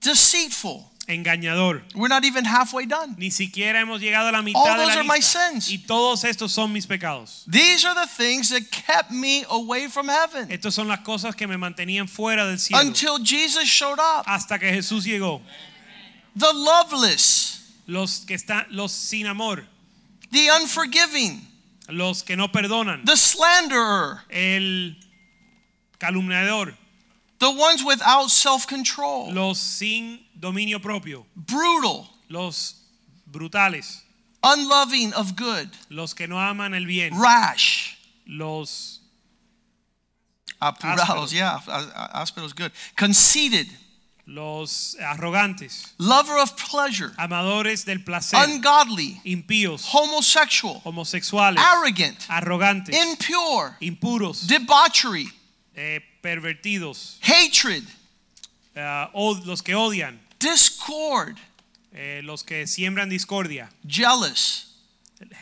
A: deceitful.
B: engañador.
A: We're not even halfway done.
B: Ni siquiera hemos llegado a la
A: All
B: mitad de
A: those
B: la
A: are my
B: lista.
A: sins.
B: Y todos estos son mis pecados.
A: These are the things that kept me away from heaven
B: Estas son las cosas que me mantenían fuera del cielo
A: until Jesus showed up.
B: hasta que Jesús llegó.
A: The loveless,
B: Los que están los sin amor,
A: the unforgiving,
B: los que no perdonan,
A: the slanderer,
B: el calumniador,
A: the ones without self control,
B: los sin dominio propio,
A: brutal,
B: los brutales,
A: unloving of good,
B: los que no aman el bien,
A: rash.
B: los
A: Apurados,
B: Ásperos.
A: yeah, asperos, good. Conceited,
B: los arrogantes,
A: lover of pleasure,
B: amadores del placer,
A: ungodly,
B: impíos,
A: homosexual,
B: homosexuales,
A: arrogant,
B: arrogantes,
A: impure,
B: impuros,
A: debauchery,
B: eh, pervertidos,
A: hatred,
B: ah, o- los que odian,
A: discord,
B: eh, los que siembran discordia,
A: jealous,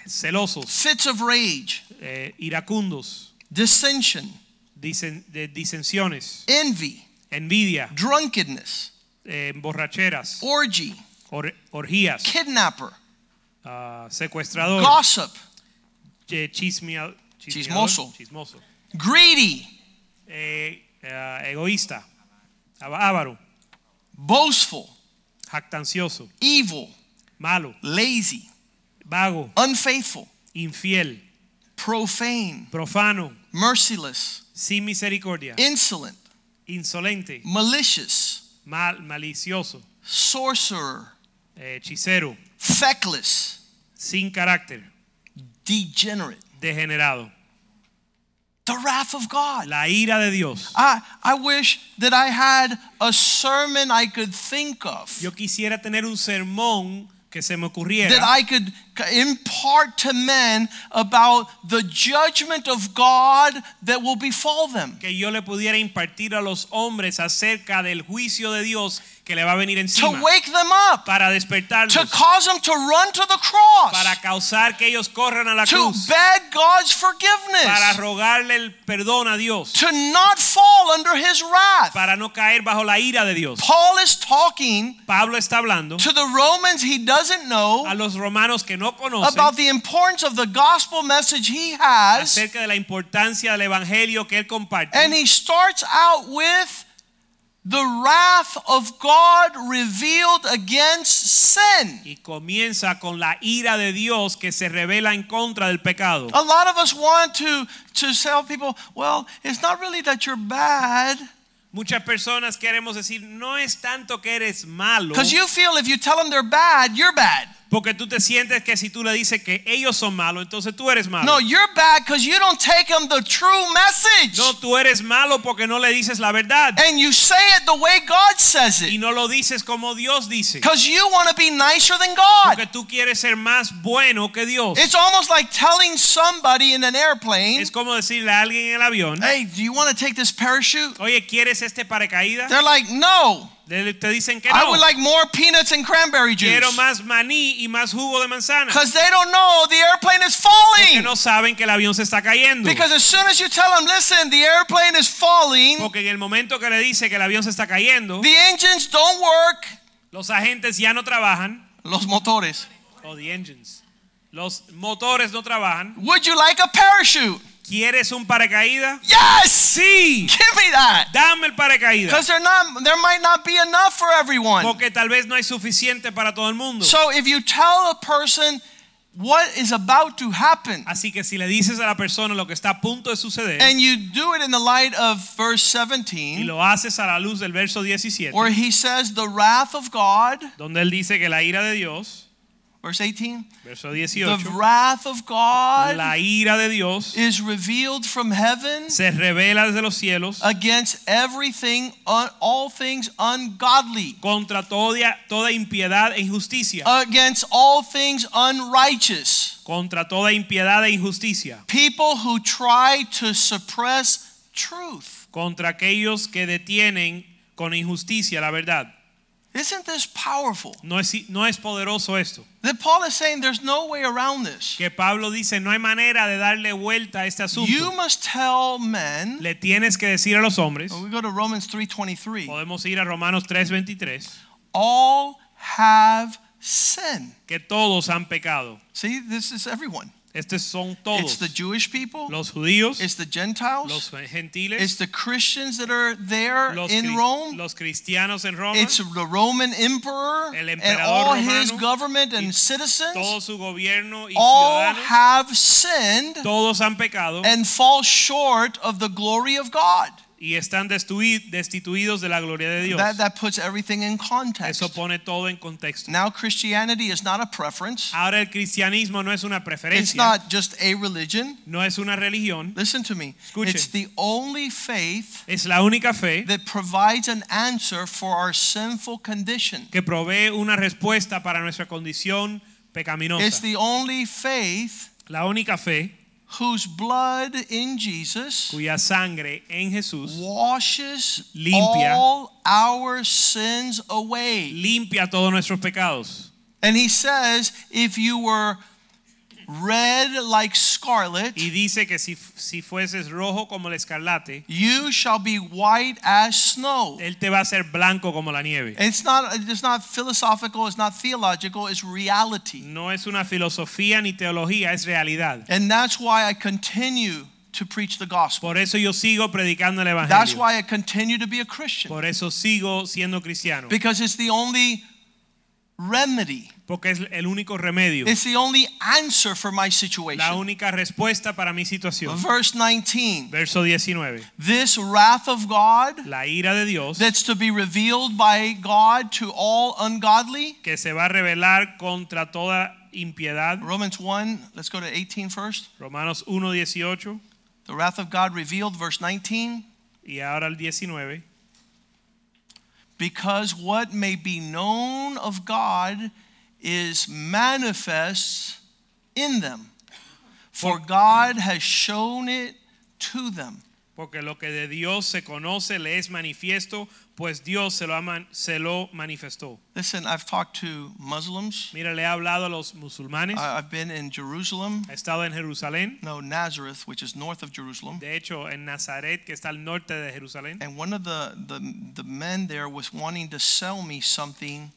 B: celosos,
A: fits of rage,
B: eh, iracundos,
A: dissension,
B: disen- de- disensiones,
A: envy,
B: envidia,
A: drunkenness,
B: eh, borracheras,
A: orgy,
B: or- orgías,
A: kidnapper,
B: ah, secuestrador,
A: gossip,
B: eh, chismea- chismeador,
A: Chismoso.
B: chismoso,
A: greedy,
B: eh, ah, egoísta, ava- avaro,
A: boastful,
B: jactancioso,
A: evil,
B: malo,
A: lazy,
B: vago,
A: unfaithful,
B: infiel,
A: profane,
B: profano,
A: merciless,
B: sin misericordia,
A: insolent,
B: insolente,
A: malicious,
B: mal, malicioso,
A: sorcerer,
B: eh, hechicero,
A: feckless,
B: sin carácter,
A: degenerate.
B: degenerado.
A: The wrath of God.
B: La ira de Dios.
A: I, I wish that I had a sermon I could think of
B: Yo quisiera tener un sermón que se me ocurriera
A: that I could impart to men about the judgment of God that will befall them.
B: que yo le pudiera impartir a los hombres acerca del juicio de Dios que le va a venir
A: To
B: encima
A: wake them up,
B: para
A: to
B: despertarlos,
A: cause them to run to the cross,
B: para causar que ellos corran a la
A: to
B: cruz,
A: beg God's
B: para
A: forgiveness,
B: rogarle el perdón a Dios,
A: to not fall under his wrath.
B: para no caer bajo la ira de Dios.
A: Paul is talking
B: Pablo está hablando
A: to the Romans he doesn't
B: a
A: know
B: los romanos que no conocen
A: about the importance of the gospel message he has.
B: acerca de la importancia del evangelio que él comparte.
A: And he starts out with the wrath of God revealed against sin.
B: Y comienza con la ira de Dios que se revela en contra del pecado.
A: A lot of us want to, to tell people, well, it's not really that you're bad.
B: Muchas personas queremos decir, no es tanto que eres malo,
A: Because you feel if you tell them they're bad, you're bad.
B: Porque tú te sientes que si tú le dices que ellos son malos, entonces tú eres malo.
A: No, you're bad because you don't take them the true message.
B: No, tú eres malo porque no le dices la verdad.
A: And you say it the way God says
B: Y
A: it
B: no lo dices como Dios dice.
A: because you want to be nicer than God.
B: Porque tú quieres ser más bueno que Dios.
A: It's almost like telling somebody in an airplane,
B: Es como decirle a alguien en el avión,
A: hey, do you want to take this parachute?
B: oye, ¿quieres este paracaídas?
A: They're like, no,
B: Le- Te dicen que
A: I
B: no.
A: would like more peanuts and cranberry juice
B: Quiero más maní y más jugo de manzana.
A: because they don't know the airplane is
B: Que
A: falling.
B: no saben que el avión se está cayendo.
A: Because as soon as you tell them, listen, the airplane is falling,
B: Porque en el momento que le dice que el avión se está cayendo,
A: the engines don't work,
B: los agentes ya no trabajan.
A: los motores.
B: O the engines. Los motores no trabajan.
A: Would you like a parachute?
B: ¿Quieres un paracaídas?
A: Yes!
B: Sí.
A: Give me that.
B: Dame el paracaídas.
A: Because there not there might not be enough for everyone.
B: Porque tal vez no hay suficiente para todo el mundo.
A: So if you tell a person what is about to happen,
B: Así que si le dices a la persona lo que está a punto de suceder
A: and you do it in the light of verse
B: y
A: 17,
B: lo haces a la luz del verso 17,
A: where he says the wrath of God,
B: donde él dice que la ira de Dios,
A: verse 18,
B: verso
A: the
B: 18,
A: wrath of God
B: la ira de Dios
A: is revealed from heaven
B: se revela desde los cielos
A: against everything, un- all things ungodly,
B: contra toda, toda impiedad e injusticia,
A: against all things unrighteous.
B: contra toda impiedad e injusticia,
A: People who try to suppress truth.
B: contra aquellos que detienen con injusticia la verdad.
A: Isn't this powerful?
B: No es, no es poderoso esto.
A: That Paul is saying there's no way around this.
B: Que Pablo dice, no hay manera de darle vuelta a este
A: You
B: asunto.
A: must tell men.
B: Le tienes que decir a los hombres,
A: We go to Romans 3:23.
B: podemos ir a Romanos 3:23,
A: All have sin.
B: que todos han pecado.
A: See, this is everyone.
B: Estos son
A: It's
B: todos,
A: the Jewish people.
B: los judíos,
A: It's the
B: los
A: Gentiles. It's
B: gentiles,
A: the Christians that are there
B: los,
A: in
B: cri-
A: Rome.
B: los cristianos en Roma,
A: It's the Roman emperor
B: El
A: and
B: emperador
A: all his
B: romano
A: government
B: y
A: and
B: todo
A: citizens.
B: su gobierno y
A: All
B: ciudadanos.
A: have sinned
B: todos han pecado
A: and fall short of the glory of God.
B: y están destui- destituidos de la gloria de Dios.
A: That, that puts everything in context.
B: Eso pone todo en contexto.
A: Now Christianity is not a preference.
B: Ahora el cristianismo no es una
A: It's
B: preferencia,
A: not just a religion.
B: no es una religión,
A: Listen to me.
B: Escuchen.
A: It's the only faith
B: es la única fe
A: that provides an answer for our sinful condition.
B: que provee una respuesta para nuestra condición
A: It's
B: pecaminosa.
A: the only faith
B: La única fe
A: whose blood in Jesus
B: cuya sangre en Jesús
A: washes
B: Limpia.
A: all our sins away.
B: limpia todos nuestros pecados.
A: And he says, if you were red like scarlet,
B: Y dice que si, si fueses rojo como el escarlate,
A: you shall be white as snow.
B: Él te va a hacer blanco como la nieve.
A: It's not it's not philosophical, it's not theological, it's reality.
B: No es una filosofía ni teología, es realidad.
A: And that's why I continue to preach the gospel.
B: Por eso yo sigo predicando el
A: That's
B: evangelio.
A: why I continue to be a Christian.
B: Por eso sigo siendo cristiano,
A: Because it's the only remedy.
B: porque es el único remedio,
A: It's the only answer for my
B: la
A: situation.
B: única respuesta para mi situación.
A: Verse 19.
B: Verso 19.
A: This wrath of God
B: La ira de Dios
A: that's to be revealed by God to all ungodly.
B: que se va a revelar contra toda impiedad.
A: Romans 1, let's go to 18 first.
B: Romanos 1:18
A: The wrath of God revealed, verse 19.
B: y ahora el 19.
A: Because what may be known of God is manifest in them, for God has shown it to them.
B: Porque lo que de Dios se conoce le es manifiesto, pues Dios se lo, ha man- se lo manifestó.
A: Listen, I've talked to Muslims.
B: Mira, le he hablado a los musulmanes.
A: I- I've been in Jerusalem,
B: He estado en Jerusalén,
A: no, Nazareth, which is north of Jerusalem.
B: de hecho en Nazaret, que está al norte de Jerusalén.
A: And one of the, the, the men there was wanting to sell me something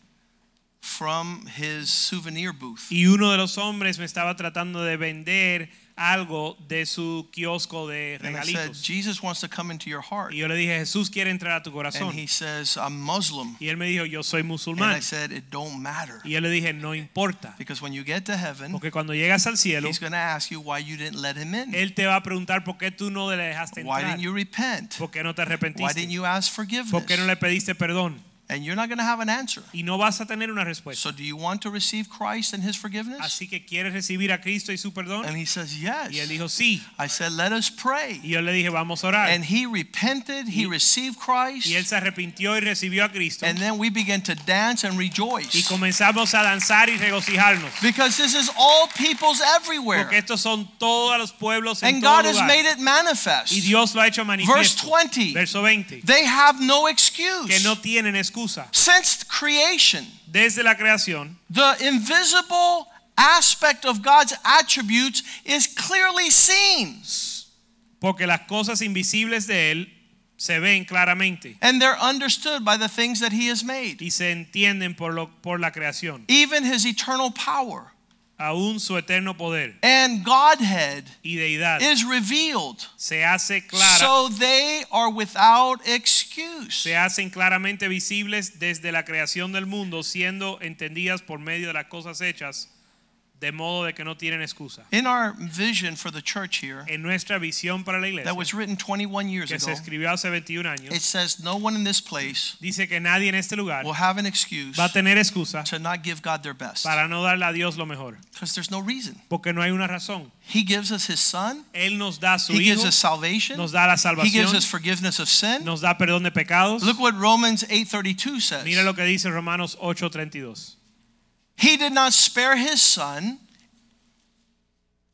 A: from his souvenir booth.
B: Y uno de los hombres me estaba tratando de vender algo de su kiosco de
A: And I said,
B: regalitos.
A: Jesus wants to come into your heart.
B: Y yo le dije, Jesús quiere entrar a tu
A: And
B: corazón.
A: he says, I'm Muslim.
B: Y él me dijo, yo soy
A: And I
B: musulmán.
A: said, it don't matter.
B: Y yo le dije, no importa.
A: Because when you get to heaven,
B: Porque cuando llegas al cielo,
A: he's going to ask you why you didn't let him in.
B: él te va a preguntar por qué tú no le dejaste
A: Why
B: entrar.
A: didn't you repent?
B: ¿Por qué no te
A: Why didn't
B: arrepentiste?
A: you ask
B: ¿Por qué no
A: forgiveness?
B: le pediste perdón?
A: and you're not going to have an answer.
B: y no vas a tener una respuesta.
A: So, do you want to receive Christ and His forgiveness?
B: Así que quieres recibir a Cristo y su perdón.
A: And he says,
B: Y él
A: Yes.
B: dijo, sí.
A: I said, Let us pray.
B: Y yo le dije, vamos a orar.
A: And he repented, he received Christ,
B: Y él se arrepintió y recibió a Cristo.
A: and then we began to dance and
B: Y
A: rejoice.
B: comenzamos a danzar y regocijarnos.
A: Because this is all peoples
B: Porque
A: everywhere.
B: estos son todos los pueblos en
A: And God
B: todo
A: has
B: lugar.
A: made it
B: y
A: manifest.
B: Dios lo ha hecho manifiesto.
A: Verse 20.
B: Verso 20.
A: They have no
B: Que
A: excuse.
B: no tienen excusa.
A: Since creation,
B: Desde la creación,
A: the invisible aspect of God's attributes is clearly seen,
B: porque las cosas invisibles de Él se ven claramente
A: and they're understood by the things that he has made,
B: y se entienden por, lo, por la creación.
A: even his eternal power.
B: Aún su eterno poder
A: And Godhead
B: y deidad
A: is revealed.
B: se hace clara.
A: So they are without excuse.
B: se hacen claramente visibles desde la creación del mundo, siendo entendidas por medio de las cosas hechas, de modo de que no tienen excusa.
A: In our vision for the church here,
B: En nuestra visión para la iglesia,
A: that was written 21 years
B: que se
A: ago,
B: escribió hace 21 años,
A: it says no one in this place
B: dice que nadie en este lugar
A: will have an excuse
B: va a tener excusa
A: to not give God their best
B: para no darle a Dios lo mejor,
A: because there's no reason.
B: porque no hay una razón.
A: He gives us his son,
B: Él nos da su
A: he
B: hijo,
A: gives us salvation,
B: nos da la
A: he gives us
B: salvación,
A: forgiveness of sin.
B: nos da perdón de pecados.
A: Look what Romans 8:32 says.
B: Mira lo que dice Romanos 8:32.
A: He did not spare his son,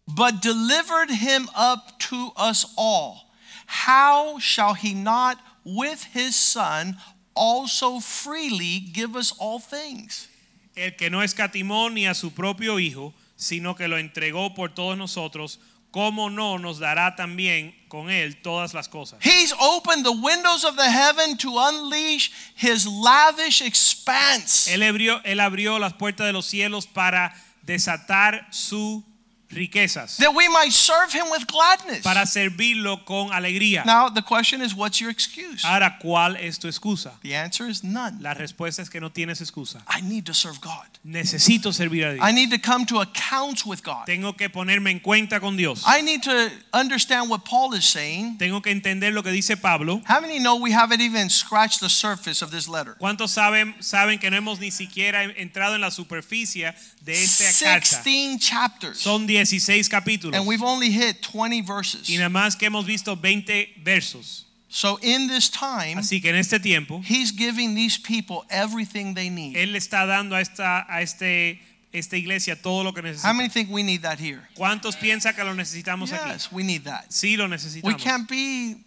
A: but delivered him up to us all. How shall he not with his son also freely give us all things?
B: El que no escatimó ni a su propio Hijo, sino que lo entregó por todos nosotros, ¿cómo no nos dará también con Él todas las cosas?
A: He's opened the windows of the heaven to unleash his lavish expanse.
B: Él abrió, él abrió las puertas de los cielos para desatar sus riquezas,
A: That we might serve him with gladness.
B: para servirlo con alegría.
A: Now, the question is, what's your excuse?
B: Ahora, ¿cuál es tu excusa?
A: The answer is none.
B: Ah. La respuesta es que no tienes excusa.
A: I need to serve God.
B: Necesito servir a
A: I
B: Dios.
A: need to come to accounts with God.
B: Tengo que ponerme en cuenta con Dios.
A: I need to understand what Paul is saying.
B: Tengo que entender lo que dice Pablo.
A: How many know we haven't even scratched the surface of this letter?
B: ¿Cuántos saben, saben que no hemos ni siquiera entrado en la superficie de esta carta?
A: 16 chapters.
B: Son 16 capítulos.
A: And we've only hit 20
B: Y
A: verses.
B: nada más que hemos visto 20 versos.
A: So in this time,
B: Así que en este tiempo,
A: he's giving these people everything they need.
B: Él le está dando a esta, a este, esta iglesia todo lo que
A: How
B: necesita.
A: many think we need that here?
B: ¿Cuántos piensan que lo necesitamos aquí?
A: Yes, we need that.
B: Sí, lo
A: We
B: necesitamos.
A: can't be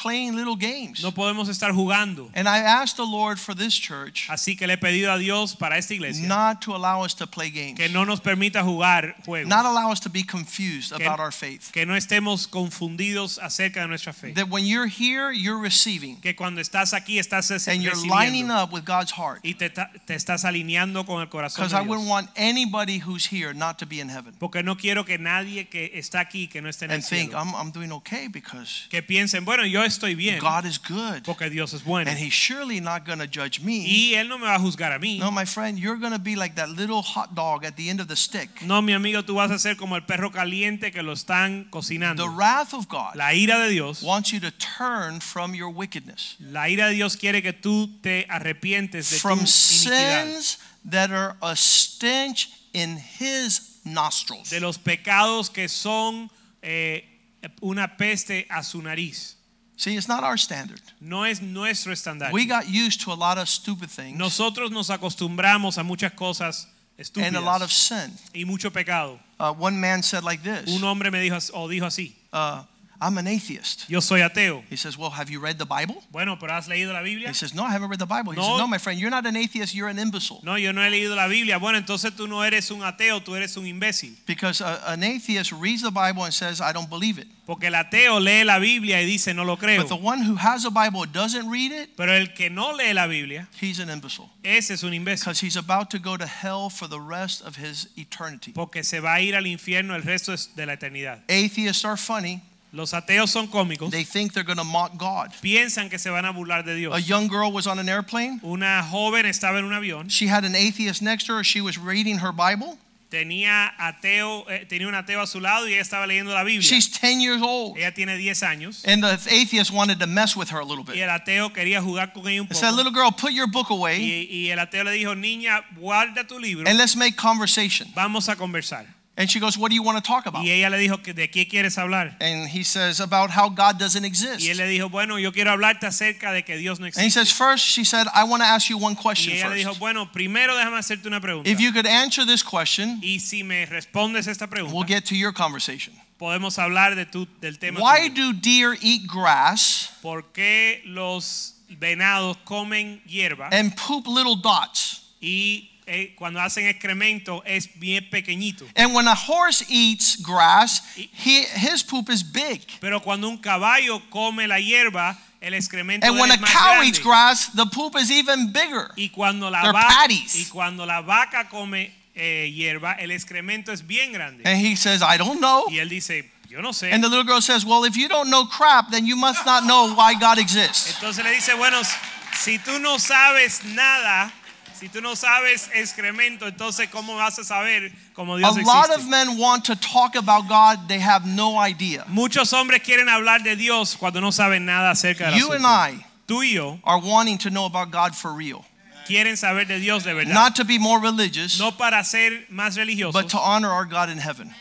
A: playing little games.
B: No podemos estar jugando.
A: And I asked the Lord for this church
B: Así que le he pedido a Dios para esta iglesia
A: not to allow us to play games,
B: que no nos permita jugar juegos,
A: not allow us to be confused about our faith.
B: que no estemos confundidos acerca de nuestra fe.
A: that when you're here, you're receiving
B: que cuando estás aquí estás reci-
A: and you're lining
B: recibiendo
A: up with God's heart.
B: y te, ta- te estás alineando con el corazón
A: Because
B: de
A: I wouldn't
B: Dios.
A: want anybody who's here not to be in heaven
B: Porque no quiero que nadie que está aquí que no esté en el
A: and think,
B: cielo,
A: I'm, I'm doing okay because
B: que piensen, bueno, yo estoy bien
A: God is good
B: porque Dios es bueno
A: and He's surely not going to judge me.
B: y él no me va a juzgar a mí.
A: No, my friend, you're going to be like that little hot dog at the end of the stick.
B: No, mi amigo, tú vas a ser como el perro caliente que lo están
A: The
B: cocinando.
A: wrath of God
B: La ira de Dios,
A: wants you to turn from your wickedness,
B: la ira de Dios quiere que tú te arrepientes de tu
A: from
B: iniquidad,
A: sins that are a stench in His nostrils.
B: de los pecados que son eh, una peste a su nariz.
A: See, it's not our standard.
B: No es nuestro estándar.
A: We got used to a lot of stupid things.
B: Nosotros nos acostumbramos a muchas cosas
A: and a lot of
B: estúpidas
A: sin.
B: y mucho pecado.
A: Uh, one man said like this
B: Un hombre me dijo as- o dijo así,
A: uh, I'm an atheist.
B: yo soy ateo.
A: He says, Well, have you read the Bible?
B: Bueno, pero ¿has leído la Biblia?
A: He says, No, I haven't read the Bible. He
B: No.
A: says, No, my friend, you're not an atheist, you're an imbecile.
B: No, yo no he leído la Biblia. Bueno, entonces tú no eres un ateo, tú eres un imbécil.
A: Because uh, an atheist reads the Bible and says, I don't believe it.
B: Porque el ateo lee la Biblia y dice no lo creo.
A: But the one who has a Bible and doesn't read it,
B: Pero el que no lee la Biblia,
A: he's an imbecile.
B: ese es un imbécil.
A: Because he's about to go to hell for the rest of his eternity.
B: Porque se va a ir al infierno el resto es- de la eternidad.
A: Atheists are funny.
B: Los ateos son cómicos.
A: They think they're going to mock God.
B: Piensan que se van a burlar de
A: A
B: Dios.
A: young girl was on an airplane.
B: Una joven estaba en un avión.
A: She had an atheist next to her. She was reading her Bible.
B: tenía, ateo, eh, tenía un ateo a su lado y ella estaba leyendo la Biblia.
A: She's Eh, 10 years old.
B: ella tiene 10 años
A: And the atheist wanted to mess with her a little
B: y
A: bit.
B: el ateo quería jugar con ella un
A: I said,
B: poco.
A: Little girl, put your book away
B: Y, y el ateo le dijo, niña, guarda tu libro,
A: and let's make conversation.
B: vamos a conversar.
A: And she goes, What do you want to talk about?
B: Y ella le dijo, "¿Que- ¿de qué quieres hablar?
A: And he says, About how God doesn't
B: Y él
A: exist.
B: le dijo, bueno, yo quiero hablarte acerca de que Dios no
A: And he
B: existe.
A: says, First, she said, I want to ask you one
B: Y
A: question
B: ella le dijo,
A: first.
B: bueno, primero déjame hacerte una pregunta.
A: If you could answer this question,
B: Y si me respondes esta pregunta,
A: we'll get to your conversation.
B: podemos hablar de tu, del tema.
A: Why
B: tuyo.
A: do deer eat grass
B: ¿Por qué los venados comen hierba
A: and poop little dots?
B: y eh, cuando hacen excremento es bien pequeñito?
A: And when a horse eats grass, he, his poop is big.
B: Pero cuando un caballo come la hierba, el excremento
A: And
B: de él
A: when a
B: es más
A: cow
B: grande.
A: eats grass, the poop is even bigger.
B: y cuando la
A: they're
B: vaca
A: patties.
B: y cuando la vaca come eh, hierba, el excremento es bien grande.
A: And he says, I don't know.
B: y él dice, yo no sé.
A: And the little girl says, Well, if you don't know crap, then you must not know why God exists.
B: Entonces le dice, bueno, si tú no sabes nada, si tú no sabes excremento, entonces ¿cómo vas a saber cómo
A: A
B: Dios
A: lot of
B: existe?
A: men want to talk about God, they have no idea.
B: Muchos hombres quieren hablar de Dios cuando no saben nada acerca de
A: You and I
B: Tú y yo
A: are wanting to know about God for real,
B: quieren saber de Dios de verdad.
A: not to be more religious,
B: no para ser más religiosos,
A: but to honor our God in heaven.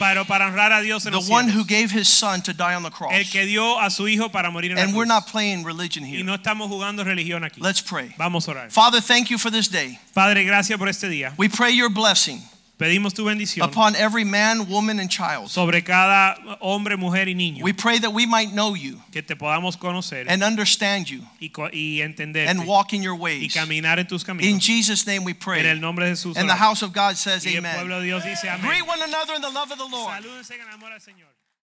B: pero para honrar a Dios en
A: The
B: los
A: one who
B: cielos.
A: gave his son to die on the
B: El
A: cross.
B: que dio a su hijo para morir en la
A: And we're
B: cruz.
A: not playing religion
B: y
A: here.
B: no estamos jugando religión aquí.
A: Let's pray.
B: Vamos a orar.
A: Father, thank you for this day.
B: Padre, gracias por este día.
A: We pray your blessing
B: Pedimos tu bendición
A: upon every man, woman, and child.
B: sobre cada hombre, mujer y niño.
A: We pray that we might know you
B: que te podamos conocer
A: and understand you
B: y, co- y entenderte
A: and walk in your
B: y
A: ways.
B: caminar en tus
A: In
B: caminos.
A: Jesus' name we
B: En
A: pray.
B: el nombre de Jesús.
A: And the
B: oramos.
A: house of God says,
B: y el
A: Amen.
B: pueblo de Dios dice amén.
A: Greet one another in the love of the Lord.
B: Salúdense en el amor al Señor.